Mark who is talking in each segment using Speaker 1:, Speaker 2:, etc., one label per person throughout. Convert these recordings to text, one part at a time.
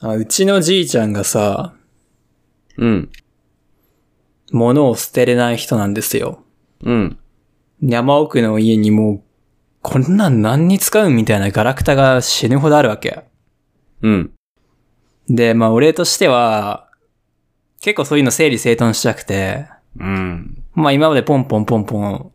Speaker 1: あ、うちのじいちゃんがさ、
Speaker 2: うん。
Speaker 1: 物を捨てれない人なんですよ。
Speaker 2: うん。
Speaker 1: 山奥の家にもう、こんなん何に使うんみたいなガラクタが死ぬほどあるわけ。
Speaker 2: うん。
Speaker 1: で、まあ、お礼としては、結構そういうの整理整頓したくて、
Speaker 2: うん。
Speaker 1: まあ今までポンポンポンポン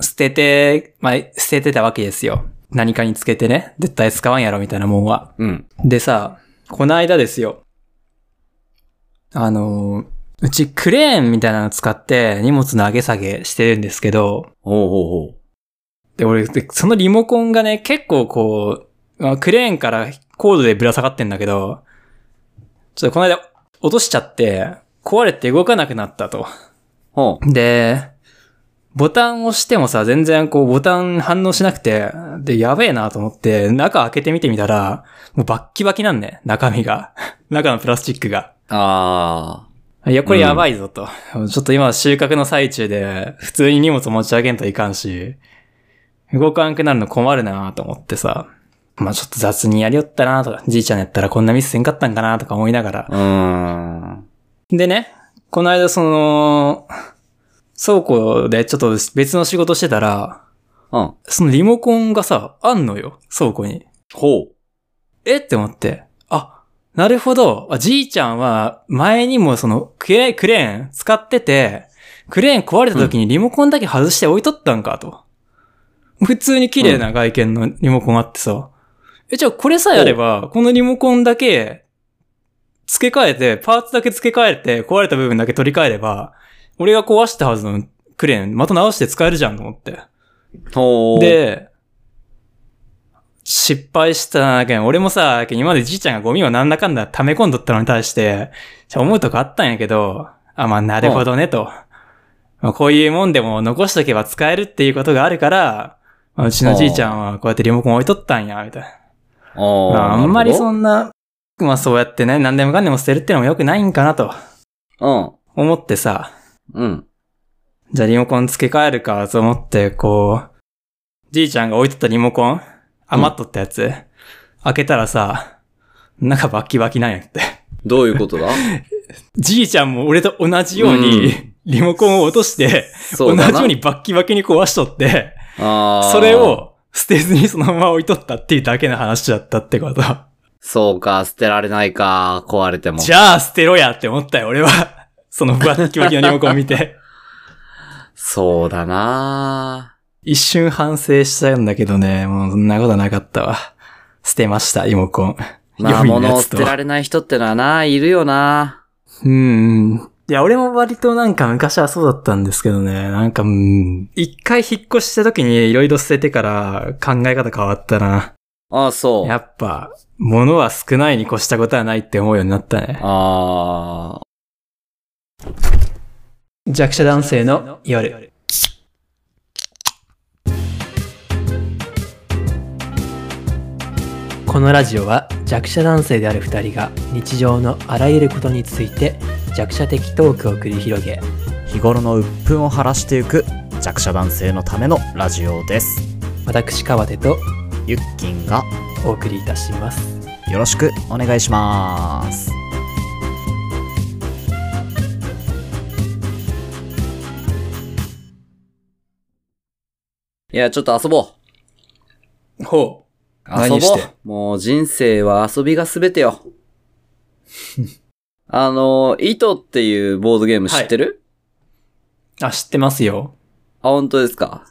Speaker 1: 捨てて、まあ捨ててたわけですよ。何かにつけてね、絶対使わんやろみたいなもんは。
Speaker 2: うん。
Speaker 1: でさ、この間ですよ。あの、うちクレーンみたいなの使って荷物の上げ下げしてるんですけど、
Speaker 2: ほうほうほ
Speaker 1: で、俺、でそのリモコンがね、結構こう、まあクレーンからコードでぶら下がってんだけど、ちょっとこの間落としちゃって、壊れて動かなくなったと。
Speaker 2: う。ほ
Speaker 1: で、ボタンを押してもさ、全然こうボタン反応しなくて、で、やべえなと思って、中開けてみてみたら、もうバッキバキなんね、中身が。 中のプラスチックが。
Speaker 2: う。あ
Speaker 1: いや、これやばいぞと。ちょっと今収穫の最中で、普通に荷物持ち上げんといかんし、動かんくなるの困るなと思ってさ、まあちょっと雑にやりよったなとか、じいちゃんやったらこんなミスせんかったんかなとか思いながら
Speaker 2: ー。うーん。
Speaker 1: でね、この間その、倉庫でちょっと別の仕事してたら、
Speaker 2: うん。
Speaker 1: そのリモコンがさ、あんのよ、倉庫に。
Speaker 2: ほう。
Speaker 1: えって思って、あ、なるほど、あじいちゃんは前にもそのクレクレーン使ってて、クレーン壊れた時にリモコンだけ外して置いとったんかと。普通に綺麗な外見のリモコンあってさ、え、じゃあこれさえあれば、このリモコンだけ付け替えて、パーツだけ付け替えて、壊れた部分だけ取り替えれば、俺が壊したはずのクレーンまた直して使えるじゃんと思って。
Speaker 2: ほう。、
Speaker 1: で、失敗したけん、俺もさ、今までじいちゃんがゴミをなんだかんだ溜め込んどったのに対して、ちょ思うとこあったんやけど、あ、まあ、なるほどね、と。まあこういうもんでも残しとけば使えるっていうことがあるから、まあうちのじいちゃんはこうやってリモコン置いとったんや、みたいな。
Speaker 2: あ
Speaker 1: まあ、あんまりそ
Speaker 2: ん
Speaker 1: んな、まあそうやってね、何でもかんでも捨てるってのも良くないんかなと
Speaker 2: うん。
Speaker 1: 思ってさ、
Speaker 2: うん。
Speaker 1: じゃあリモコン付け替えるかと思って、こう、じいちゃんが置いてたリモコン、余っとったやつ、開けたらさ、中バッキバキなんやって。
Speaker 2: どうい うことだ
Speaker 1: じいちゃんも俺と同じように、
Speaker 2: うん
Speaker 1: リモコンを落として、
Speaker 2: そ
Speaker 1: 同
Speaker 2: う
Speaker 1: じ
Speaker 2: だな。
Speaker 1: ようにバッキバキに壊しとって、
Speaker 2: あー
Speaker 1: それ。を捨てずにそのまま置いとったっていうだけの話だったってこと。
Speaker 2: そうか、捨てられないか、壊れても。
Speaker 1: じゃあ捨てろやって思ったよ、俺は。 そのバッキバキのリモコン見て。
Speaker 2: そうだな
Speaker 1: 一瞬反省したんだけどね、もうそんなことはなかったわ。捨てました、リモコン。
Speaker 2: まあ、
Speaker 1: 予備の
Speaker 2: 物
Speaker 1: や
Speaker 2: を
Speaker 1: つ
Speaker 2: 捨
Speaker 1: と
Speaker 2: てられない人ってのはな、いるよな。
Speaker 1: うんうん。いや、俺も割となんか昔はそうだったんですけどね。なんか、うん一回引っ越した時にいろいろ捨ててから考え方変わったな。
Speaker 2: ああ、そう。
Speaker 1: やっぱ、物は少ないに越したことはないって思うようになったね。
Speaker 2: ああ。
Speaker 1: 弱者男性の夜。
Speaker 3: このラジオは弱者男性である2人が日常のあらゆることについて弱者的トークを繰り広げ
Speaker 4: 日頃の鬱憤を晴らしていく弱者男性のためのラジオです
Speaker 3: 私川手と
Speaker 4: ゆっきんが
Speaker 3: お送りいたします
Speaker 4: よろしくお願いします
Speaker 2: いや、ちょっと遊ぼう。
Speaker 1: ほ
Speaker 2: 遊ぼ
Speaker 1: 何
Speaker 2: う
Speaker 1: して
Speaker 2: もう人生は遊びがすべ てよ。あの、糸っていうボードゲーム知ってる、
Speaker 1: う。あ、知ってますよ。
Speaker 2: あ、本当ですか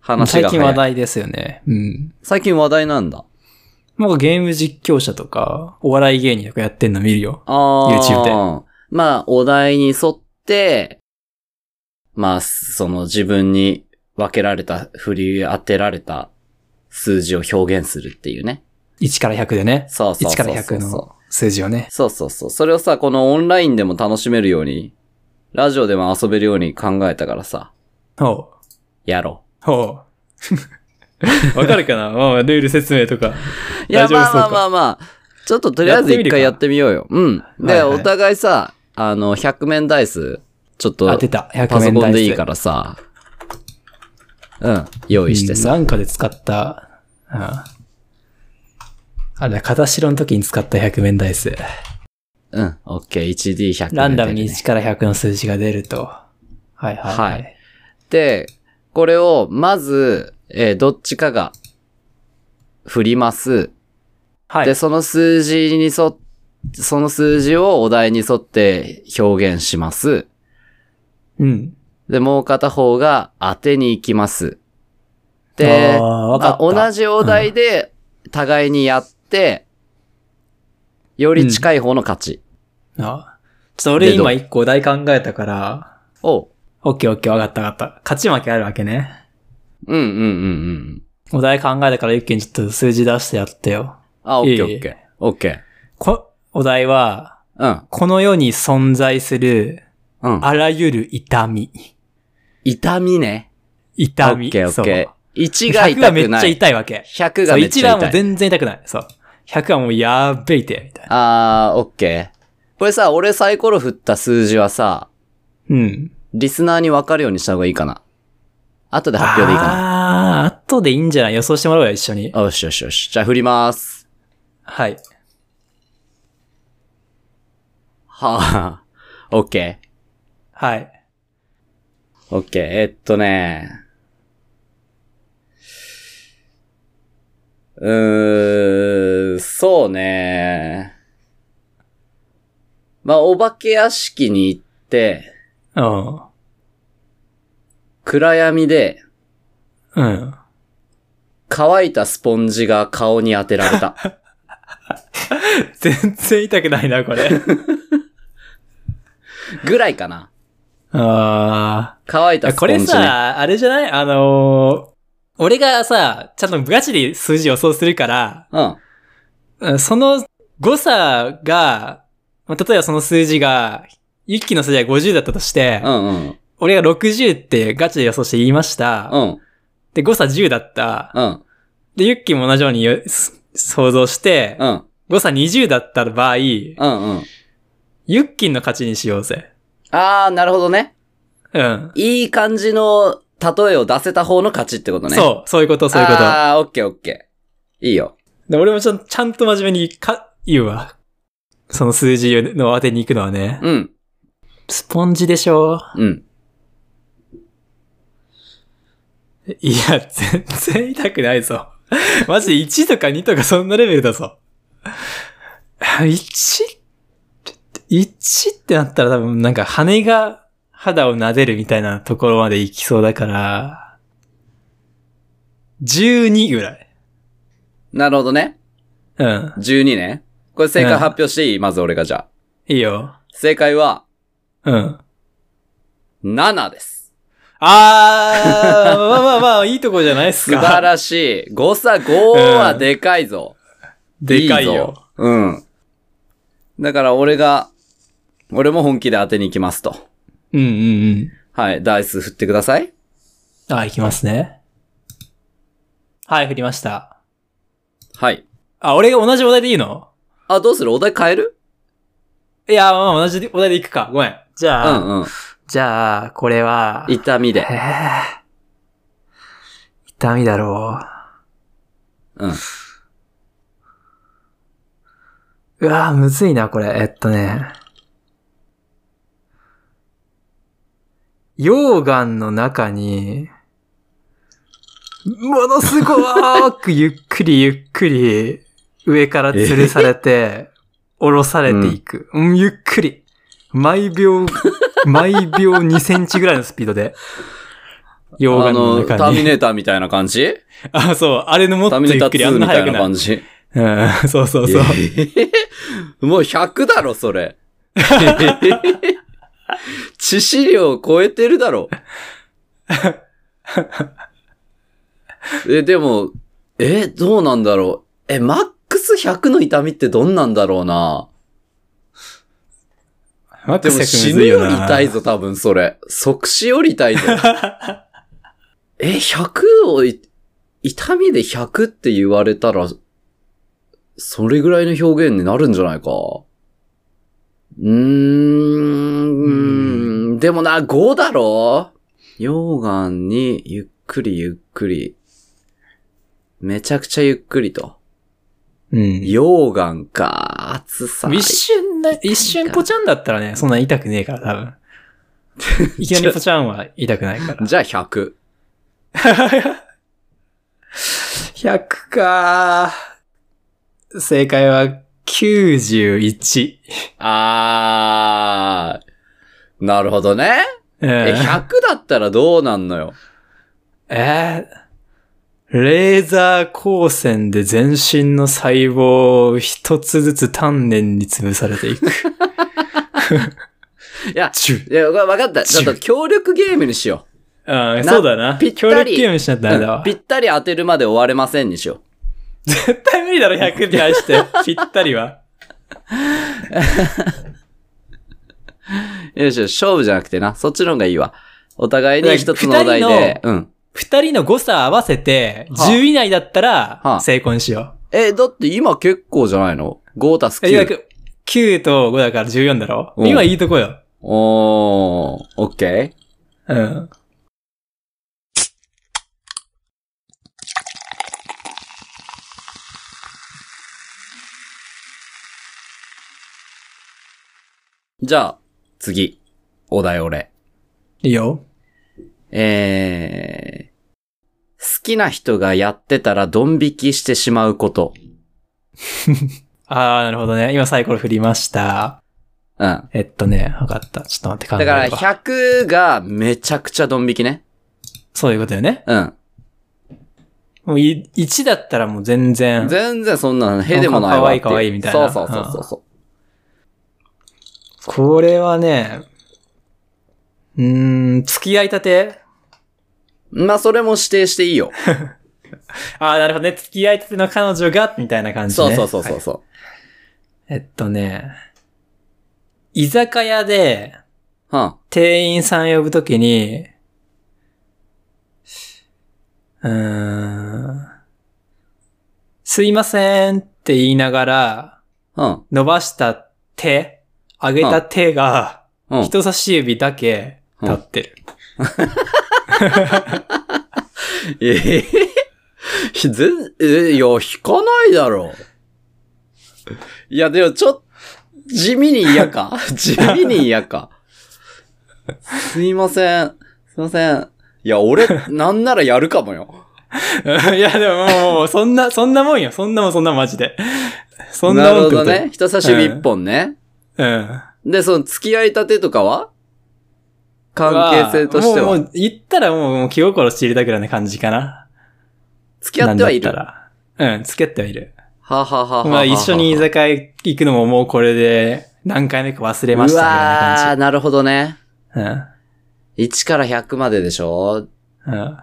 Speaker 2: 話
Speaker 1: 最
Speaker 2: が早い。
Speaker 1: 近話。題ですよね。うん。
Speaker 2: 最近話題なんだ。
Speaker 1: なんかゲーム実況者とか、お笑い芸人とかやってんの見るよ。
Speaker 2: ああ。
Speaker 1: YouTube
Speaker 2: で。まあ、お題に沿って、まあ、その自分に分けられた、振り当てられた数字を表現するっていうね。
Speaker 1: 1から100でね。
Speaker 2: そうそう
Speaker 1: 1
Speaker 2: そ
Speaker 1: か
Speaker 2: うそう。
Speaker 1: ら100の数字をね。
Speaker 2: そうそうそう。それをさ、このオンラインでも楽しめるように、ラジオでも遊べるように考えたからさ、
Speaker 1: ほう。
Speaker 2: やろ
Speaker 1: ほう。わかるかな、まあ、ルール説明とか。
Speaker 2: う。 いや、
Speaker 1: 大丈夫
Speaker 2: ま
Speaker 1: そ
Speaker 2: あ
Speaker 1: う
Speaker 2: ま
Speaker 1: か
Speaker 2: あまあまあ、ちょっととりあえず一回や
Speaker 1: や
Speaker 2: っ
Speaker 1: って
Speaker 2: みようよ。うん。
Speaker 1: は
Speaker 2: で、
Speaker 1: いはい
Speaker 2: お互いさ、あの、100面ダイス、ちょっと、
Speaker 1: あ、出た。100
Speaker 2: パソ
Speaker 1: 面
Speaker 2: コン
Speaker 1: 台
Speaker 2: でいいからさ、うん、用意してさ、
Speaker 1: なんかで使った。うんあれだ、片白の時に使った100面ダイス。
Speaker 2: うん、オッケー、1D100、
Speaker 1: ランダムに1から100の数字が出ると。はいはい、は
Speaker 2: はいい。で、これを、まず、えーどっちかが、振ります。
Speaker 1: はい。
Speaker 2: で、その数字に沿っ、その数字をお題に沿って表現します。
Speaker 1: うん。
Speaker 2: で、もう片方が当てに行きます。
Speaker 1: あ
Speaker 2: で
Speaker 1: ー、わかった。
Speaker 2: まあ同じお題で互いにやって、より近い方の勝ち。
Speaker 1: あちょっと俺
Speaker 2: でど
Speaker 1: 今一個お題考えたから、
Speaker 2: おう。
Speaker 1: オッケーオッケー、わかったわかった。勝ち負けあるわけね。
Speaker 2: うんうんうんうん。
Speaker 1: お題考えたから一件ちょっと数字出してやってよ。
Speaker 2: あ、オッケーオ
Speaker 1: いえいえ
Speaker 2: ッケー。オッケ
Speaker 1: こ、お題は、
Speaker 2: ー。
Speaker 1: この世に存在する、
Speaker 2: うん。うん。
Speaker 1: あらゆる痛み。
Speaker 2: 痛みね。
Speaker 1: 痛み。
Speaker 2: オッケーオッケー。1
Speaker 1: 1
Speaker 2: が
Speaker 1: が100
Speaker 2: 痛
Speaker 1: がめっ
Speaker 2: く
Speaker 1: ち
Speaker 2: な
Speaker 1: ゃ
Speaker 2: い。
Speaker 1: 痛いわけ。
Speaker 2: 100
Speaker 1: そ
Speaker 2: が
Speaker 1: う、
Speaker 2: めっち
Speaker 1: 1
Speaker 2: ゃ
Speaker 1: はも
Speaker 2: 痛
Speaker 1: う
Speaker 2: い。
Speaker 1: 全然痛くない。そう。100はもうやーべいて、みたいな。
Speaker 2: あー、オッケー。これさ、俺サイコロ振った数字はさ、
Speaker 1: うん。
Speaker 2: リスナーに分かるようにした方がいいかな。後で発表でいいか
Speaker 1: あー、後でいいんじゃない予想してもらおうよ、一緒に
Speaker 2: な。。よしよしよし。じゃあ振ります。
Speaker 1: はい。
Speaker 2: はあ。オッケー。
Speaker 1: はい。
Speaker 2: オッケー。えっとね。うーん、そうね。まあ、お化け屋敷に行って、
Speaker 1: うん。
Speaker 2: 暗闇で
Speaker 1: うん。
Speaker 2: 乾いたスポンジが顔に当てられた。
Speaker 1: 全然痛くないな、 これ。
Speaker 2: ぐらいかな。
Speaker 1: あ
Speaker 2: 乾いた
Speaker 1: あ。
Speaker 2: ス
Speaker 1: こ
Speaker 2: ポンジ、
Speaker 1: れ
Speaker 2: ね。
Speaker 1: さ、あれじゃないあのー俺がさ、ちゃんとガチで数字予想するから、
Speaker 2: うん。
Speaker 1: うんその誤差が、まあ例えばその数字が、ユッキーの数字が50だったとして、
Speaker 2: うんうん。
Speaker 1: 俺が60ってガチで予想して言いました。
Speaker 2: うん。
Speaker 1: で、誤差10だった。
Speaker 2: うん。
Speaker 1: で、ユッキーも同じようによす想像して、
Speaker 2: うん。
Speaker 1: 誤差20だった場合、
Speaker 2: うんうん。
Speaker 1: ユッキーの勝ちにしようぜ。
Speaker 2: あー、なるほどね。
Speaker 1: うん。
Speaker 2: いい感じの例えを出せた方の勝ちってことね。う。
Speaker 1: そう、そういうこと、そういうこと。
Speaker 2: あー、オッケーオッケー。いいよ。
Speaker 1: で俺もちゃんちゃんと真面目にか言うわ。その数字の当てに行くのはね。
Speaker 2: うん。
Speaker 1: スポンジでしょ
Speaker 2: うん。
Speaker 1: いや、全然痛くないぞ。マジで1とか2とかそんなレベルだぞ。1? 1ってなったら多分なんか羽が肌を撫でるみたいなところまで行きそうだから、12ぐらい。
Speaker 2: なるほどね。
Speaker 1: うん。
Speaker 2: 12ね。これ正解発表していい、まず俺がじゃあ。
Speaker 1: いいよ。
Speaker 2: 正解は、
Speaker 1: うん。
Speaker 2: 7です。
Speaker 1: あー、まあまあまあ、いいとこじゃないっす
Speaker 2: 素
Speaker 1: か。
Speaker 2: 晴らし い。誤差5はでかいぞ。
Speaker 1: でかい
Speaker 2: いい
Speaker 1: よ
Speaker 2: ぞ。うん。だから俺が、俺も本気で当てに行きますと。
Speaker 1: うんうん
Speaker 2: はい、ダイス振ってください。
Speaker 1: うん。あ、いきますね。はい、振りました。
Speaker 2: はい。
Speaker 1: あ、俺が同じお題でいいの
Speaker 2: あ、どうするお題変える
Speaker 1: いや、まあ同じお題でいくか。ごめん。じ
Speaker 2: う
Speaker 1: ゃあ、
Speaker 2: んうん。
Speaker 1: じゃあ、これは、
Speaker 2: 痛み で
Speaker 1: え。ー痛みだろ
Speaker 2: うん。
Speaker 1: う。うわーむずいな、これ。えっとね。溶岩の中に、ものすごーくゆっくりゆっくり上から吊るされて、 下ろされていく。うん、ゆっくり。毎秒、毎秒2センチぐらいのスピードで。溶岩
Speaker 2: あ
Speaker 1: の
Speaker 2: の、
Speaker 1: 中
Speaker 2: タ
Speaker 1: に。
Speaker 2: ーミネーターみたいな感じ
Speaker 1: あ、そう。あれ のもっ
Speaker 2: タ
Speaker 1: と
Speaker 2: ーミネ
Speaker 1: ゆ
Speaker 2: ー
Speaker 1: っ
Speaker 2: ター
Speaker 1: くり、あ
Speaker 2: 2
Speaker 1: ん
Speaker 2: み
Speaker 1: な
Speaker 2: た
Speaker 1: 速
Speaker 2: い
Speaker 1: く
Speaker 2: な
Speaker 1: ない。
Speaker 2: 感じ。
Speaker 1: うん、そうそうそう。
Speaker 2: そう。 もう100だろ、それ。 致死量超えてるだろ。え、でも、え、どうなんだろう。え、マックス100の痛みってどんなんだろうな。
Speaker 1: マッ
Speaker 2: で
Speaker 1: ク
Speaker 2: も
Speaker 1: ス
Speaker 2: 死
Speaker 1: 100むず
Speaker 2: ぬ
Speaker 1: いよ
Speaker 2: よ
Speaker 1: な
Speaker 2: り痛いぞ、多分それ。即死より痛 いぞ。え、100をい、痛みで100って言われたら、それぐらいの表現になるんじゃないか。うーん、でもな、5だろ溶岩にゆっくりゆっくり。めちゃくちゃゆっくりと。
Speaker 1: うん。
Speaker 2: 溶岩か、暑さ。
Speaker 1: 一瞬ね、一瞬ポチャンだったらね、そんな痛くねえから、多 分。いきなりポチャンは痛くないから。
Speaker 2: じゃあ100。
Speaker 1: 100か正解は91。
Speaker 2: あー。なるほどね。
Speaker 1: うん
Speaker 2: え、100だったらどうなんのよ。
Speaker 1: えーレーザー光線で全身の細胞を一つずつ丹念に潰されていく。
Speaker 2: いや、
Speaker 1: チュ
Speaker 2: いや、わわかった。ちょっと協力ゲームにしよ
Speaker 1: ッうん、そうだな。
Speaker 2: ぴった
Speaker 1: 協
Speaker 2: り
Speaker 1: 力ゲームしな
Speaker 2: う。
Speaker 1: ダメだ
Speaker 2: うん
Speaker 1: わ。
Speaker 2: ぴったり当てるまで終われませんにしよ
Speaker 1: 絶対無理だろ、100に対して。 ぴったりは。
Speaker 2: う。よしよし、勝負じゃなくてな。そっちの方がいいわ。お互いに一つのお題
Speaker 1: ね
Speaker 2: で。うん。
Speaker 1: 二人の誤差合わせて、
Speaker 2: はあ
Speaker 1: 10以内だった
Speaker 2: は
Speaker 1: ら
Speaker 2: あ、
Speaker 1: 成婚しよ
Speaker 2: え、だって今結構じゃないの ?5 たす
Speaker 1: う。いや
Speaker 2: 9。
Speaker 1: 9と5だから14だろ
Speaker 2: うん
Speaker 1: 今いいとこよ。
Speaker 2: おー、オッケー。
Speaker 1: うん。
Speaker 2: じゃあ、次。お題俺。
Speaker 1: いいよ。
Speaker 2: えー、好きな人がやってたらドン引きしてしまうこと。
Speaker 1: あー、なるほどね。今サイコロ振りました。
Speaker 2: うん。
Speaker 1: えっとね、わかった。ちょっと待って考え
Speaker 2: だか
Speaker 1: るわ
Speaker 2: ら100がめちゃくちゃドン引きね。
Speaker 1: そういうことよね。
Speaker 2: うん。
Speaker 1: もうい1だったらもう全然。
Speaker 2: 全然そんなのへでもないわってう。
Speaker 1: かわいいかわいいみたいな
Speaker 2: そうそうそうそ
Speaker 1: これはね、うーん、付き合いたて
Speaker 2: う。まあそれも指定していいよ。
Speaker 1: あー、なるほどね。付き合いたての彼女が、みたいな感じ
Speaker 2: そう
Speaker 1: ね。
Speaker 2: そうそう
Speaker 1: はい
Speaker 2: そうそ
Speaker 1: えっとね、居酒屋で
Speaker 2: う。うん。
Speaker 1: 店員さん呼ぶときに、うーん、すいませんって言いながら、
Speaker 2: うん。
Speaker 1: 伸ばした手、上げた手が、
Speaker 2: うん。
Speaker 1: 人差し指だけ立ってる。
Speaker 2: えへへ全、え、いや、引かないだろう。いや、でもちょっ、地味に嫌 か。地味に嫌か。すいません。すいません。いや、俺、なんならやるかもよ。
Speaker 1: いや、でももう、もう、そんな、そんなもんよ。そんなもん、そんなもんマジで。 そんな
Speaker 2: る
Speaker 1: もんっ
Speaker 2: ほ
Speaker 1: て
Speaker 2: ど
Speaker 1: ことよ
Speaker 2: ね。。人差し指一本ね。
Speaker 1: うん。
Speaker 2: で、その付き合いたてとかは関係性として
Speaker 1: もう、
Speaker 2: は。
Speaker 1: もう言ったらもう、もう気心知りたくらいな感じかな。
Speaker 2: 付き合ってはいる。
Speaker 1: なん
Speaker 2: は
Speaker 1: だったら。うん、付き合ってはいる。
Speaker 2: ははははは。
Speaker 1: まあ、一緒に居酒屋行くのももうこれで、何回目か忘れました
Speaker 2: う
Speaker 1: みたい
Speaker 2: わー、なるほどね。
Speaker 1: な
Speaker 2: 1から100まででしょ
Speaker 1: 感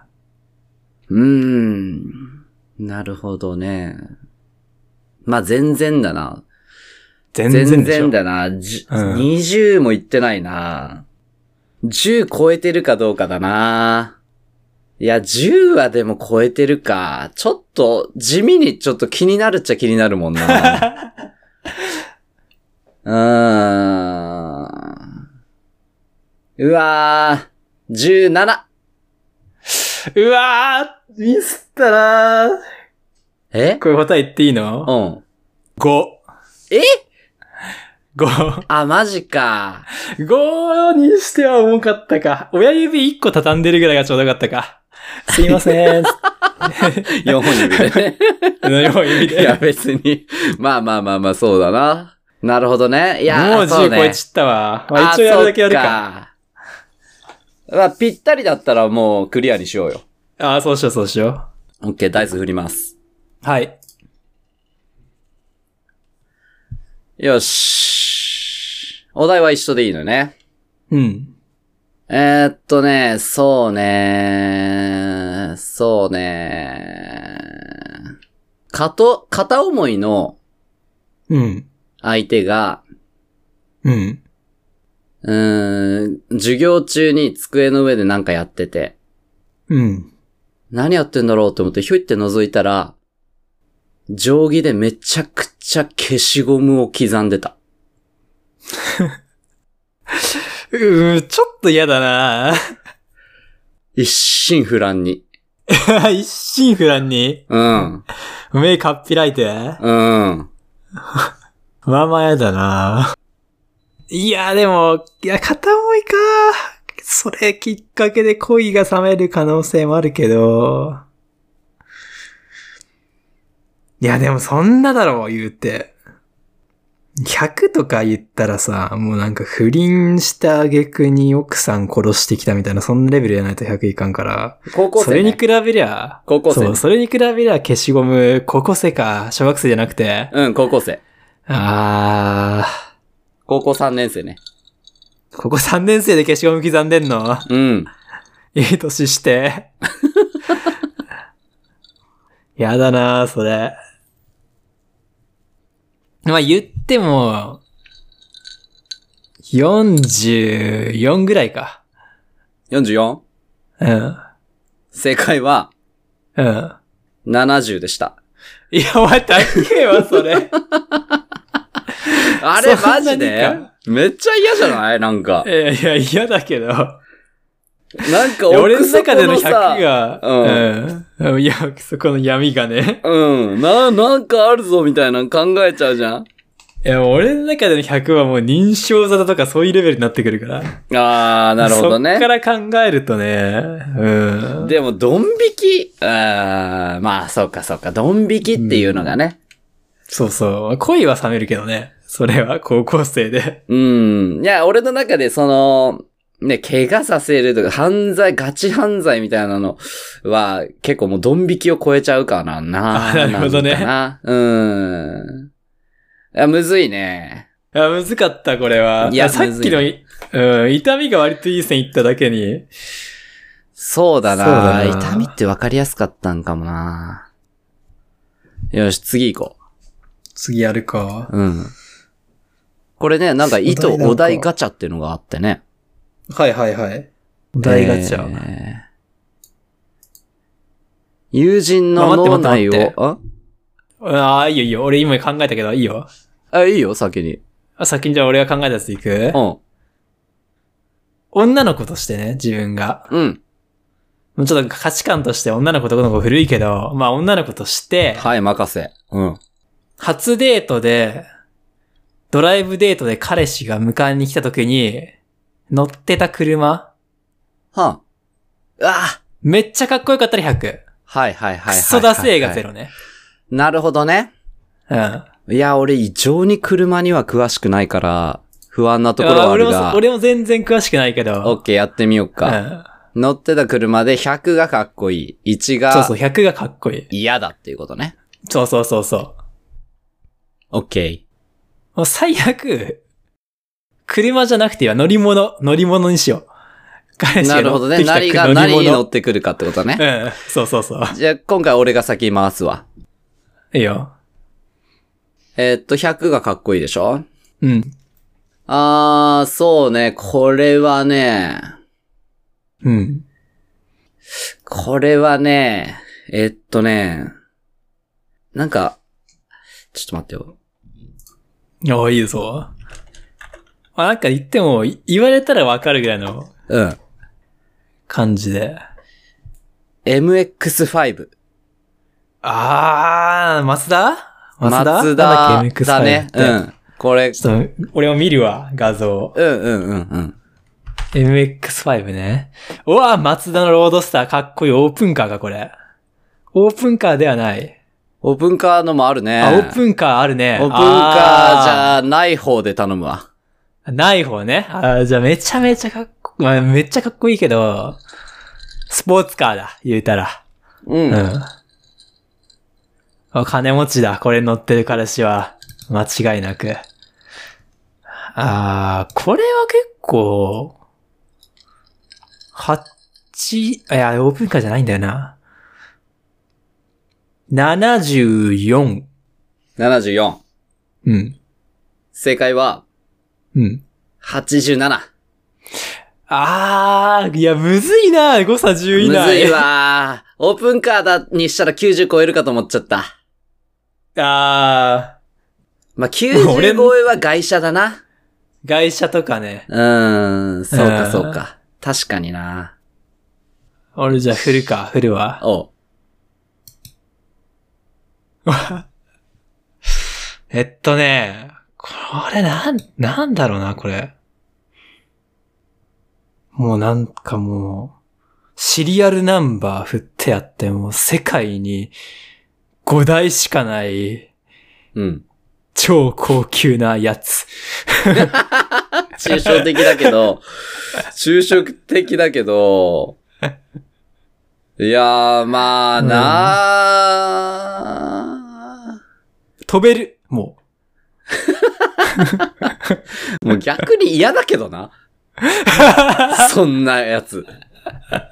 Speaker 1: じ。うん。うん。
Speaker 2: うーん。なるほどね。まあ、全然だな。
Speaker 1: 全然
Speaker 2: 全
Speaker 1: でしょ
Speaker 2: 然だな。じ
Speaker 1: うん
Speaker 2: 20もいってないな。10超えてるかどうかだな。いや、10はでも超えてるか。ちょっと、地味にちょっと気になるっちゃ気になるもんな。 うーん。うわー、17!
Speaker 1: うわーミスったなー
Speaker 2: え
Speaker 1: これ答え言っていいの
Speaker 2: うん。
Speaker 1: ?5。
Speaker 2: え
Speaker 1: 5。
Speaker 2: あ、マジか。
Speaker 1: 5にしては重かったか。親指1個畳んでるぐらいがちょうどよかったか。すいません。
Speaker 2: 4本指でね。
Speaker 1: 4本指
Speaker 2: い
Speaker 1: で。
Speaker 2: や、別に。まあまあまあまあ、そうだな。なるほどね。いやー、
Speaker 1: もう
Speaker 2: そう
Speaker 1: 10
Speaker 2: ね、
Speaker 1: 超えちったわ。まあ、一応やるだけやるか。
Speaker 2: そっかまあ、ぴったりだったらもうクリアにしようよ。
Speaker 1: ああ、そうしよう、そうしよ
Speaker 2: オッケー、ダイス振ります。
Speaker 1: う。はい。
Speaker 2: よし。お題は一緒でいいのね。
Speaker 1: うん。
Speaker 2: えー、っとね、そうね。そうね。かと、片思いの
Speaker 1: うん。
Speaker 2: 相手が、
Speaker 1: うん。
Speaker 2: うーん、授業中に机の上でなんかやってて、
Speaker 1: うん。
Speaker 2: 何やってんだろうと思ってひょいって覗いたら、定規でめちゃくちゃ消しゴムを刻んでた。
Speaker 1: うー、ちょっと嫌だな
Speaker 2: 一心不乱に。
Speaker 1: 一心不乱に、
Speaker 2: うん。
Speaker 1: うめえかっぴらいて。
Speaker 2: うん。
Speaker 1: まあまあやだな。いや、でも、いや、片思いか。それきっかけで恋が冷める可能性もあるけど。いや、でもそんなだろう、言うて。100とか言ったらさ、もうなんか不倫した挙句に奥さん殺してきたみたいな、そんなレベルじゃないと100いかんから。
Speaker 2: 高校
Speaker 1: そ
Speaker 2: 生、
Speaker 1: れに
Speaker 2: ね。
Speaker 1: 比べりゃ、
Speaker 2: 高校生ね
Speaker 1: そう、それに比べりゃ消しゴム、高校生か、小学生じゃなくて。
Speaker 2: うん、高校生。
Speaker 1: あ
Speaker 2: 高校3年生ね。
Speaker 1: ー、ここ3年生で消しゴム刻んでんの
Speaker 2: うん。
Speaker 1: いい年して。やだなそれ。まあ、言っても、44ぐらいか。
Speaker 2: 44?
Speaker 1: うん。
Speaker 2: 正解は、
Speaker 1: うん。
Speaker 2: 70でした。
Speaker 1: いや、お前、高えわ、それ。
Speaker 2: あれ、
Speaker 1: そんな
Speaker 2: マ
Speaker 1: に
Speaker 2: ジで
Speaker 1: か
Speaker 2: めっちゃ嫌じゃないなんか
Speaker 1: い。や、いや、嫌だけど。
Speaker 2: なんか
Speaker 1: 俺の
Speaker 2: 奥底
Speaker 1: 中での100
Speaker 2: さ
Speaker 1: が、
Speaker 2: う
Speaker 1: うん。いや、そこの闇がね。
Speaker 2: うん。な、なんかあるぞみたいなの考えちゃうじゃん。
Speaker 1: いや、俺の中での100はもう認証沙汰とかそういうレベルになってくるから。
Speaker 2: あー、なるほど
Speaker 1: そっ
Speaker 2: ね。
Speaker 1: から考えるとね、うん。
Speaker 2: でも、ドン引き、あー、まあ、そうかそうか、ドン引きっていうのがね。
Speaker 1: そうそう。恋は冷めるけどね。それは高校生で。
Speaker 2: うん。いや、俺の中でその、ね、怪我させるとか、犯罪、ガチ犯罪みたいなのは、結構もうドン引きを超えちゃうかな、な
Speaker 1: あなるほどね
Speaker 2: んかなうん。いや、むずいね。
Speaker 1: いや、むずかった、これは。
Speaker 2: いや
Speaker 1: さっきの、
Speaker 2: む
Speaker 1: うん、痛みが割といい線いっただけに。
Speaker 2: そうだな
Speaker 1: そうだな
Speaker 2: 痛みって分かりやすかったんかもなよし、次行こ
Speaker 1: 次やるか。
Speaker 2: う。うん。これね、なんか、意図
Speaker 1: お題なんか
Speaker 2: お題ガチャっていうのがあってね。
Speaker 1: はいはいはい。
Speaker 3: 大ガチャ。
Speaker 2: えー友人の
Speaker 1: あ待って
Speaker 2: 脳内
Speaker 1: 待って
Speaker 2: を、あ
Speaker 1: ああ、いいよいいよ。俺今考えたけど、いいよ。
Speaker 2: あ、いいよ、先に。
Speaker 1: あ先にじゃあ俺が考えたやついく
Speaker 2: うん。
Speaker 1: 女の子としてね、自分が。
Speaker 2: うん。
Speaker 1: もうちょっと価値観として女の子と男の子古いけど、まあ女の子として、
Speaker 2: はい、任せ。うん。
Speaker 1: 初デートで、ドライブデートで彼氏が迎えに来た時に、乗ってた車、
Speaker 2: はあ。あ
Speaker 1: めっちゃかっこよかったら100。
Speaker 2: はいはいはいはい。
Speaker 1: クソダセーがゼ
Speaker 2: ロ。
Speaker 1: ロね。
Speaker 2: なるほどね。
Speaker 1: うん。
Speaker 2: いや、俺異常に車には詳しくないから、不安なところ
Speaker 1: あ
Speaker 2: はあ
Speaker 1: 俺
Speaker 2: る
Speaker 1: も
Speaker 2: が
Speaker 1: そ、。俺も全然詳しくないけ
Speaker 2: オ
Speaker 1: ど。
Speaker 2: ッケー、やってみよう
Speaker 1: う
Speaker 2: か。
Speaker 1: ん。
Speaker 2: 乗ってた車で100がかっこいい。1
Speaker 1: そう
Speaker 2: が
Speaker 1: そう、100がかっこいい。
Speaker 2: 嫌だっていうことね。
Speaker 1: そうそうそうそう。
Speaker 2: オッケ
Speaker 1: もう最悪、車じゃなくていいわ。乗り物、乗り物にしよう。彼
Speaker 2: ー。
Speaker 1: 氏
Speaker 2: な
Speaker 1: が
Speaker 2: るほど
Speaker 1: 乗って
Speaker 2: ね。
Speaker 1: きた
Speaker 2: 何が、
Speaker 1: 乗り
Speaker 2: 何に乗
Speaker 1: 物。
Speaker 2: ってくるかってこ とね。
Speaker 1: うん。そうそうそう。
Speaker 2: じゃあ、今回俺が先回すわ。
Speaker 1: いいよ。
Speaker 2: えーっと、100がかっこいいでしょ
Speaker 1: うん。
Speaker 2: あー、そうね。これはね、
Speaker 1: うん。
Speaker 2: これはね、えっとね、なんか、ちょっと待ってよ。
Speaker 1: ああ、いいぞ。まあなんか言っても、い言われたらわかるぐらいの
Speaker 2: うん。
Speaker 1: 感じで。
Speaker 2: MX5。
Speaker 1: あー、松田松田
Speaker 2: 松
Speaker 1: な
Speaker 2: 田
Speaker 1: んだっけ MX5
Speaker 2: だね。
Speaker 1: って
Speaker 2: うん。これ、
Speaker 1: ちょっと、俺も見るわ、画像。
Speaker 2: うんうんうんうん。
Speaker 1: MX5 ね。うわー、松田のロードスター、かっこいい。オープンカーか、これ。オープンカーではない。
Speaker 2: オープンカーのもあるね。
Speaker 1: あ、オープンカーあるね。
Speaker 2: オープンカーじゃない方で頼むわ。
Speaker 1: あー。ない方ね。あーじゃあめちゃめちゃかっこ、まあ、めっちゃかっこいいけど、スポーツカーだ、言うたら。
Speaker 2: うん。
Speaker 1: うん。あ金持ちだ、これ乗ってる彼氏は。間違いなく。あー、これは結構、八、あいや、オープンカーじゃないんだよな。74。
Speaker 2: 74。
Speaker 1: うん。
Speaker 2: 正解は、
Speaker 1: うん。
Speaker 2: 87。
Speaker 1: あー、いや、むずいな、誤差
Speaker 2: む
Speaker 1: 10以内。
Speaker 2: ずいわー。オープンカーだにしたら90超えるかと思っちゃった。
Speaker 1: あもう俺
Speaker 2: まあ、90
Speaker 1: の
Speaker 2: 超えは外車だな。
Speaker 1: ー、外車とかね。
Speaker 2: うーん、そう
Speaker 1: う
Speaker 2: か
Speaker 1: ん
Speaker 2: そうか。確かにな。
Speaker 1: 俺じゃあ振るか、振るわ。
Speaker 2: おう
Speaker 1: えっとね、これなん、なんだろうな、これ。もうなんかもう、シリアルナンバー振ってあって、もう世界に5台しかない
Speaker 2: うん。
Speaker 1: 超高級なやつ。
Speaker 2: 抽象的だけど、抽象的だけど、いやー、まあなー、
Speaker 1: 飛べる、も
Speaker 2: もう逆に嫌だけどな。そんなやつ。
Speaker 1: う。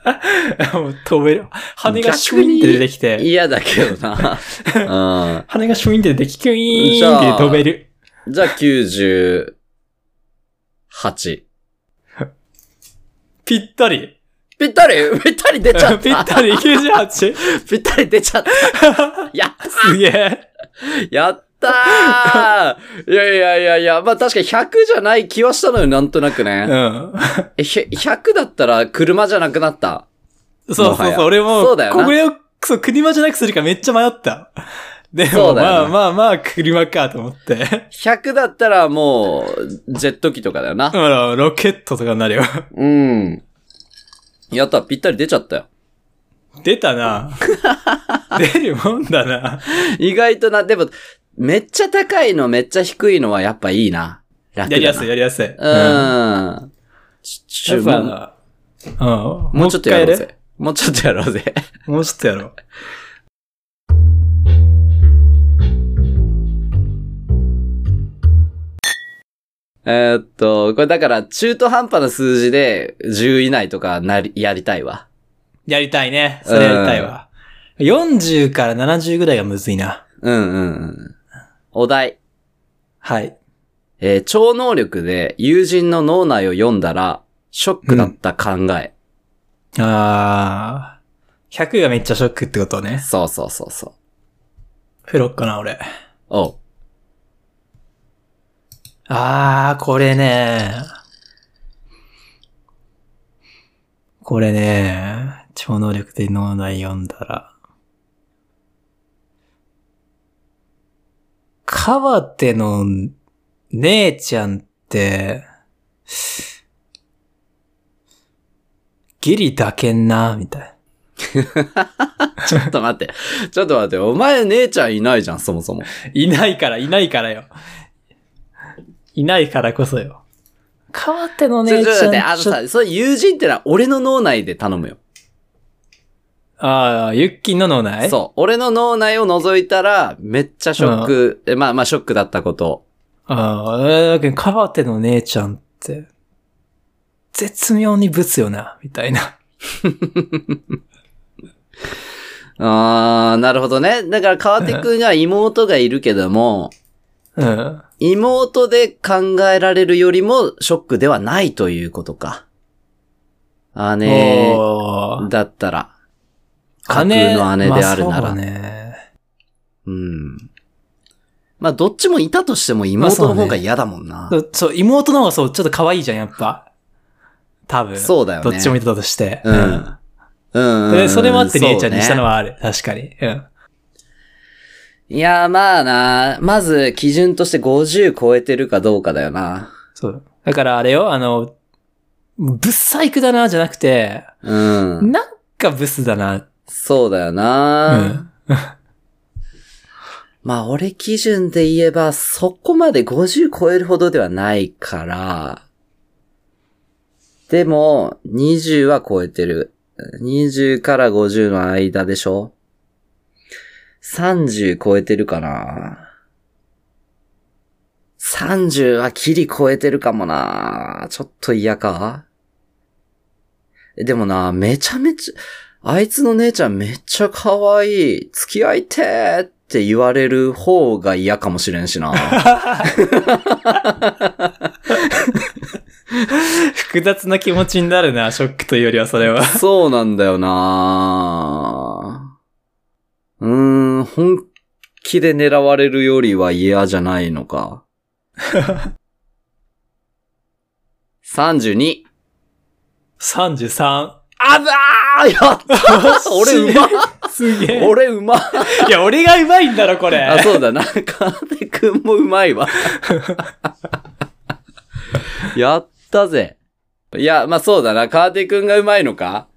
Speaker 1: もう飛べる。羽がシュインって出てきて、
Speaker 2: 嫌だけどな。
Speaker 1: 羽がシュインって出てきて、キュイーンって飛べる。
Speaker 2: うん。じゃあ98。
Speaker 1: ぴったり。
Speaker 2: ぴったり ぴったり出ちゃっ た
Speaker 1: ぴったり 98?
Speaker 2: ぴったり出ちゃった やった
Speaker 1: すげえ。
Speaker 2: やったーいやいやいやいや、まあ確かに100じゃない気はしたのよ、なんとな く
Speaker 1: う
Speaker 2: ね。
Speaker 1: ん。
Speaker 2: え、ひ100だったら車じゃなくなった。
Speaker 1: そう
Speaker 2: も
Speaker 1: そ
Speaker 2: は
Speaker 1: う
Speaker 2: や
Speaker 1: そう、俺も、
Speaker 2: そうだよな
Speaker 1: これを、そう、車じゃなくするかめっちゃ迷った。で
Speaker 2: そ
Speaker 1: も、
Speaker 2: うだ
Speaker 1: ま
Speaker 2: よな
Speaker 1: あまあまあ、車かと思って。
Speaker 2: 100だったらもう、ジェット機とかだよな
Speaker 1: だ。から、ロケットとかになるよ。
Speaker 2: うん。やった、ぴったり出ちゃったよ。
Speaker 1: 出た な出るもんだな
Speaker 2: 意外とな、でも、めっちゃ高いの、めっちゃ低いのはやっぱいいな。楽だな
Speaker 1: やりやすい、やりやすい。
Speaker 2: う
Speaker 1: やっ
Speaker 2: ん。ちちょ、もう
Speaker 1: ぱ、うん。
Speaker 2: もうちょっとやろう
Speaker 1: 一回
Speaker 2: ぜ。もうちょっとやろうぜ。
Speaker 1: る。もうちょっとやろう。
Speaker 2: えーっと、これだから中途半端な数字で10以内とかなり、やりたいわ。
Speaker 1: やりたいね。それやりたいわ。40から70ぐらいがむずいな。
Speaker 2: うんうんうん。お題。
Speaker 1: はい。
Speaker 2: えー超能力で友人の脳内を読んだら、ショックだった考え。
Speaker 1: あー。100がめっちゃショックってことね。
Speaker 2: そうそうそうそう。
Speaker 1: 振ろっかな、俺。
Speaker 2: おう。
Speaker 1: あー、これね。これね。超能力で脳内読んだら。川手の姉ちゃんって、ギリだけんな、みたいな。
Speaker 2: ちょっと待って。ちょっと待って。お前姉ちゃんいないじゃん、そもそも。
Speaker 1: いないから、いないからよ。いないからこそよ。川手の
Speaker 2: ちょ、
Speaker 1: 姉
Speaker 2: ち
Speaker 1: ちゃ
Speaker 2: ょ、待っ
Speaker 1: ん
Speaker 2: て。あの
Speaker 1: ちょっと
Speaker 2: さ、その友人ってのは俺の脳内で頼むよ。
Speaker 1: ああ、ユッキーの脳内う。
Speaker 2: そう。俺の脳内を覗いたら、めっちゃショック、えまあまあショックだったこと。
Speaker 1: ああ、だけど、川手の姉ちゃんって、絶妙にブツよな、みたいな。
Speaker 2: あー、なるほどね。だから、川手くんには妹がいるけども、
Speaker 1: うん。
Speaker 2: 妹で考えられるよりもショックではないということか。姉
Speaker 1: おー
Speaker 2: だったら。架空
Speaker 1: 姉
Speaker 2: の姉であるな
Speaker 1: まあ
Speaker 2: ら。
Speaker 1: そうね。
Speaker 2: うん。まあ、どっちもいたとしても妹の方が嫌だもんな。
Speaker 1: そうそう、妹の方がそう、ちょっと可愛いじゃん、やっぱ。多分。
Speaker 2: そうだよね
Speaker 1: どっちもいたとして。
Speaker 2: うん。うん。
Speaker 1: で、それもあって姉ちゃんにしたの
Speaker 2: は。
Speaker 1: はある。確かに。うん。
Speaker 2: いやー、まあな、まず基準として50超えてるかどうかだよな。
Speaker 1: そう。だからあれよ、あの、ブサイクだな、じゃなくて、
Speaker 2: うん。
Speaker 1: なんかブスだな。
Speaker 2: そうだよ
Speaker 1: う
Speaker 2: な。
Speaker 1: ん。
Speaker 2: まあ、俺基準で言えば、そこまで50超えるほどではないから、でも、20は超えてる。20から50の間でしょ ?30 超えてるかな ?30 はキリ超えてるかもなちょっと嫌かでもな、めちゃめちゃ、あいつの姉ちゃんめっちゃ可愛い。付き合いてーって言われる方が嫌かもしれんし な。
Speaker 1: 複雑な気持ちになるな、ショックというよりはそれは。
Speaker 2: そうなんだよなうーん、本気で狙われるよりは嫌じゃないの か。32。
Speaker 1: 33。
Speaker 2: あばーやった 俺うまっ
Speaker 1: すげえ。
Speaker 2: 俺うまっ
Speaker 1: いや、俺がうまいんだろ、これ。
Speaker 2: あ、そうだな。カーテくんもうまいわ。 やったぜ。いや、まあそうだな。カーテくんがうまいのか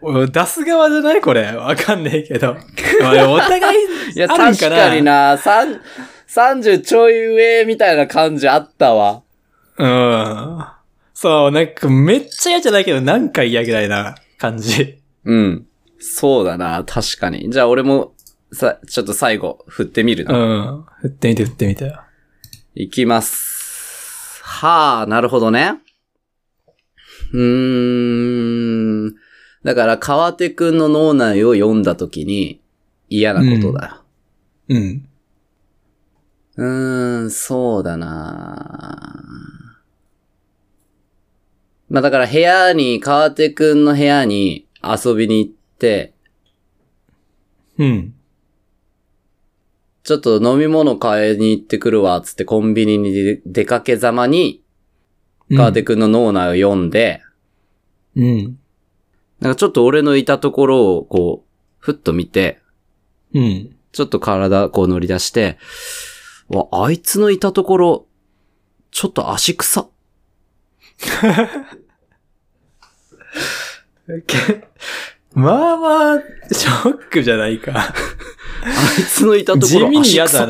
Speaker 1: お出す側じゃないこれ。わかんないけ ど。まあ、お互い、
Speaker 2: いや、
Speaker 1: あるん
Speaker 2: 確
Speaker 1: かな
Speaker 2: かにな。三、30ちょい上みたいな感じあったわ。
Speaker 1: うん。そう、なんかめっちゃ嫌じゃないけど、なんか嫌ぐらいな感じ。
Speaker 2: うん。そうだな。確かに。じゃあ俺も、さ、ちょっと最後、振ってみる
Speaker 1: う
Speaker 2: な。
Speaker 1: ん。振ってみて振ってみて。
Speaker 2: いきます。はあ、なるほどね。うーん。だから、川手くんの脳内を読んだときに嫌なことだよ。
Speaker 1: うん。
Speaker 2: うーん、そうだなまあだから部屋に、川手くんの部屋に遊びに行って、
Speaker 1: うん。
Speaker 2: ちょっと飲み物買いに行ってくるわ、つってコンビニに出出かけざまに、川手くんの脳内を読んで、
Speaker 1: うん。
Speaker 2: なんかちょっと俺のいたところをこう、ふっと見て、
Speaker 1: うん。
Speaker 2: ちょっと体こう乗り出して、わ、あいつのいたところ、ちょっと足臭っ。
Speaker 1: けまあまあ、ショックじゃないか。
Speaker 2: あいつのいたとこ ろ、
Speaker 1: 地味に
Speaker 2: 足
Speaker 1: 嫌
Speaker 2: 臭
Speaker 1: だ
Speaker 2: っ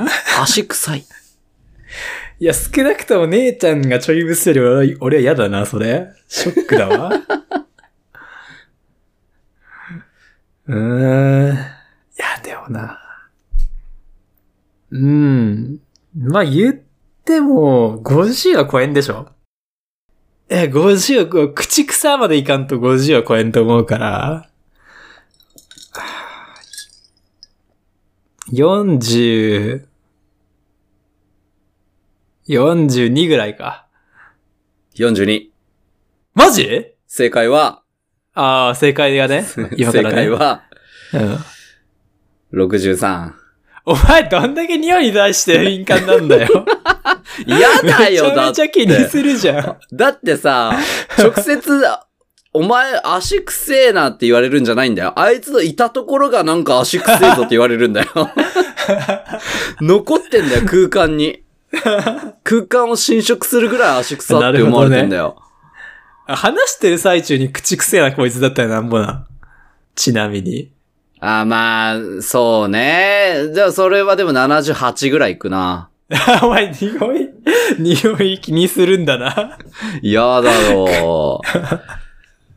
Speaker 1: な。
Speaker 2: 足臭い。
Speaker 1: いや、少なくとも姉ちゃんがちょいブスより俺は俺は嫌だな、それ。ショックだわ。 うーん。いや、でもな。うーん。まあ、言っても、50は超えんでしょえ、50は、口草までいかんと50は超えんと思うから。40、42ぐらいか。
Speaker 2: 42。
Speaker 1: マジ
Speaker 2: 正解は、。
Speaker 1: ああ、正解がね今か
Speaker 2: 正
Speaker 1: らね。
Speaker 2: 解は、
Speaker 1: うん。
Speaker 2: 63。
Speaker 1: お前、どんだけ匂いに対して敏感なんだよ。
Speaker 2: 嫌 だ よ、だ
Speaker 1: め
Speaker 2: っ
Speaker 1: ちゃめちゃ気に
Speaker 2: て。
Speaker 1: するじゃん。
Speaker 2: だってさ、直接、お前、足くせえなって言われるんじゃないんだよ。あいつのいたところがなんか足くせえぞって言われるんだよ。残ってんだよ、空間に。空間を侵食するぐらい足くさって思われてんだよ。
Speaker 1: 話してる最中に口くせえなこいつだったらなんぼな。ちなみに。
Speaker 2: あ、まあ、そうね。じゃあ、それはでも78ぐらいいくな。
Speaker 1: お前、匂い、匂い気にするんだな。
Speaker 2: 嫌だろ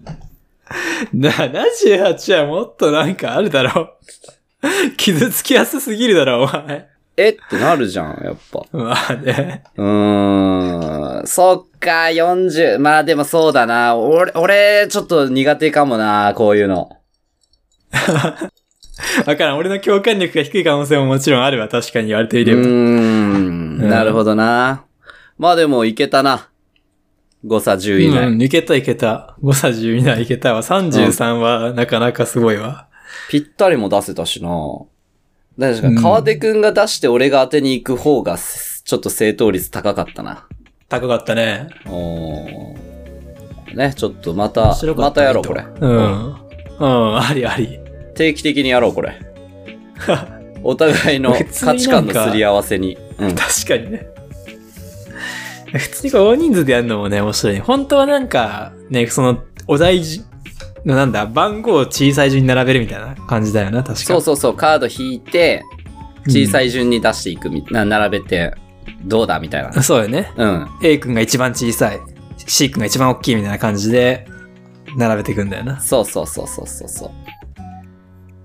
Speaker 2: う。
Speaker 1: 78はもっとなんかあるだろう。傷つきやすすぎるだろ、お前。
Speaker 2: えってなるじゃん、やっぱ。
Speaker 1: まあね。
Speaker 2: うーん。そっか、40。まあでもそうだな。俺、俺、ちょっと苦手かもな、こういうの。
Speaker 1: わからん。俺の共感力が低い可能性ももちろんあるわ。確かに言われて
Speaker 2: う
Speaker 1: いれば。
Speaker 2: ーん。なるほどな。まあでもいけたな。誤差10以内。
Speaker 1: うん、いけたいけた。誤差10以内いけたわ。33はなかなかすごいわ。
Speaker 2: ぴったりも出せたしな。確か
Speaker 1: うん
Speaker 2: に、川手くんが出して俺が当てに行く方が、ちょっと正答率高かったな。
Speaker 1: 高かったね。
Speaker 2: おーね、ちょっとまた
Speaker 1: 面白、か
Speaker 2: ま
Speaker 1: ったた
Speaker 2: や
Speaker 1: ね
Speaker 2: ろう、これ。
Speaker 1: うん。うん、ありあり。
Speaker 2: 定期的にやろう、 これ。お互いの価値観のすり合わせに。うん
Speaker 1: 確かにね。 普通にこう大人数でやるのもね、面白いね。本当はなんか、ね、その、お題じのなんだ、番号を小さい順に並べるみたいな感じだよな、確か
Speaker 2: そうそうそう、カード引いて、小さい順に出していくみ、な並べて、どうだみたいな
Speaker 1: う。んそうよね。
Speaker 2: うん。
Speaker 1: A 君が一番小さい、C 君が一番大きいみたいな感じで、並べていくんだよな。
Speaker 2: そうそうそうそうそうそう。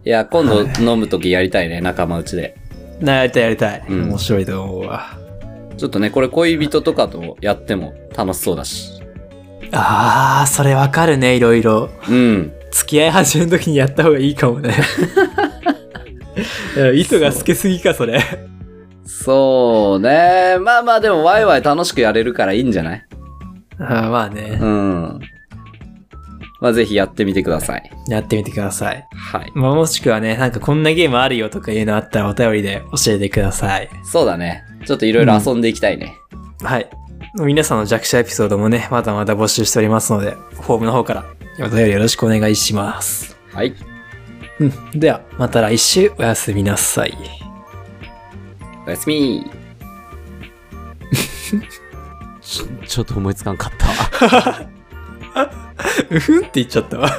Speaker 2: いや、今度飲むときやりたいね、仲間内で。
Speaker 1: な、やりたいやりたい。
Speaker 2: うん
Speaker 1: 面白いと思うわ。
Speaker 2: ちょっとね、これ恋人とかとやっても楽しそうだし。
Speaker 1: ああ、それわかるね、いろいろ。
Speaker 2: うん。
Speaker 1: 付き合い始めの時にやった方がいいかも ね。いや糸が透けすぎか、それ。
Speaker 2: そうね。まあまあでもワイワイ楽しくやれるからいいんじゃない
Speaker 1: あーまあね
Speaker 2: う、ん。まあぜひやってみてください。
Speaker 1: やってみてください。
Speaker 2: はい。
Speaker 1: まあ、もしくはね、なんかこんなゲームあるよとかいうのあったらお便りで教えてください。
Speaker 2: そうだね。ちょっといろいろ遊んでいきたいね。
Speaker 1: はい。皆さんの弱者エピソードもね、まだまだ募集しておりますので、フォームの方からお便りよろしくお願いします。
Speaker 2: はい。
Speaker 1: うん。では、また来週おやすみなさ い。
Speaker 2: おやすみ
Speaker 5: ちょっと思いつかんかった。
Speaker 1: うふんって言っちゃったわ。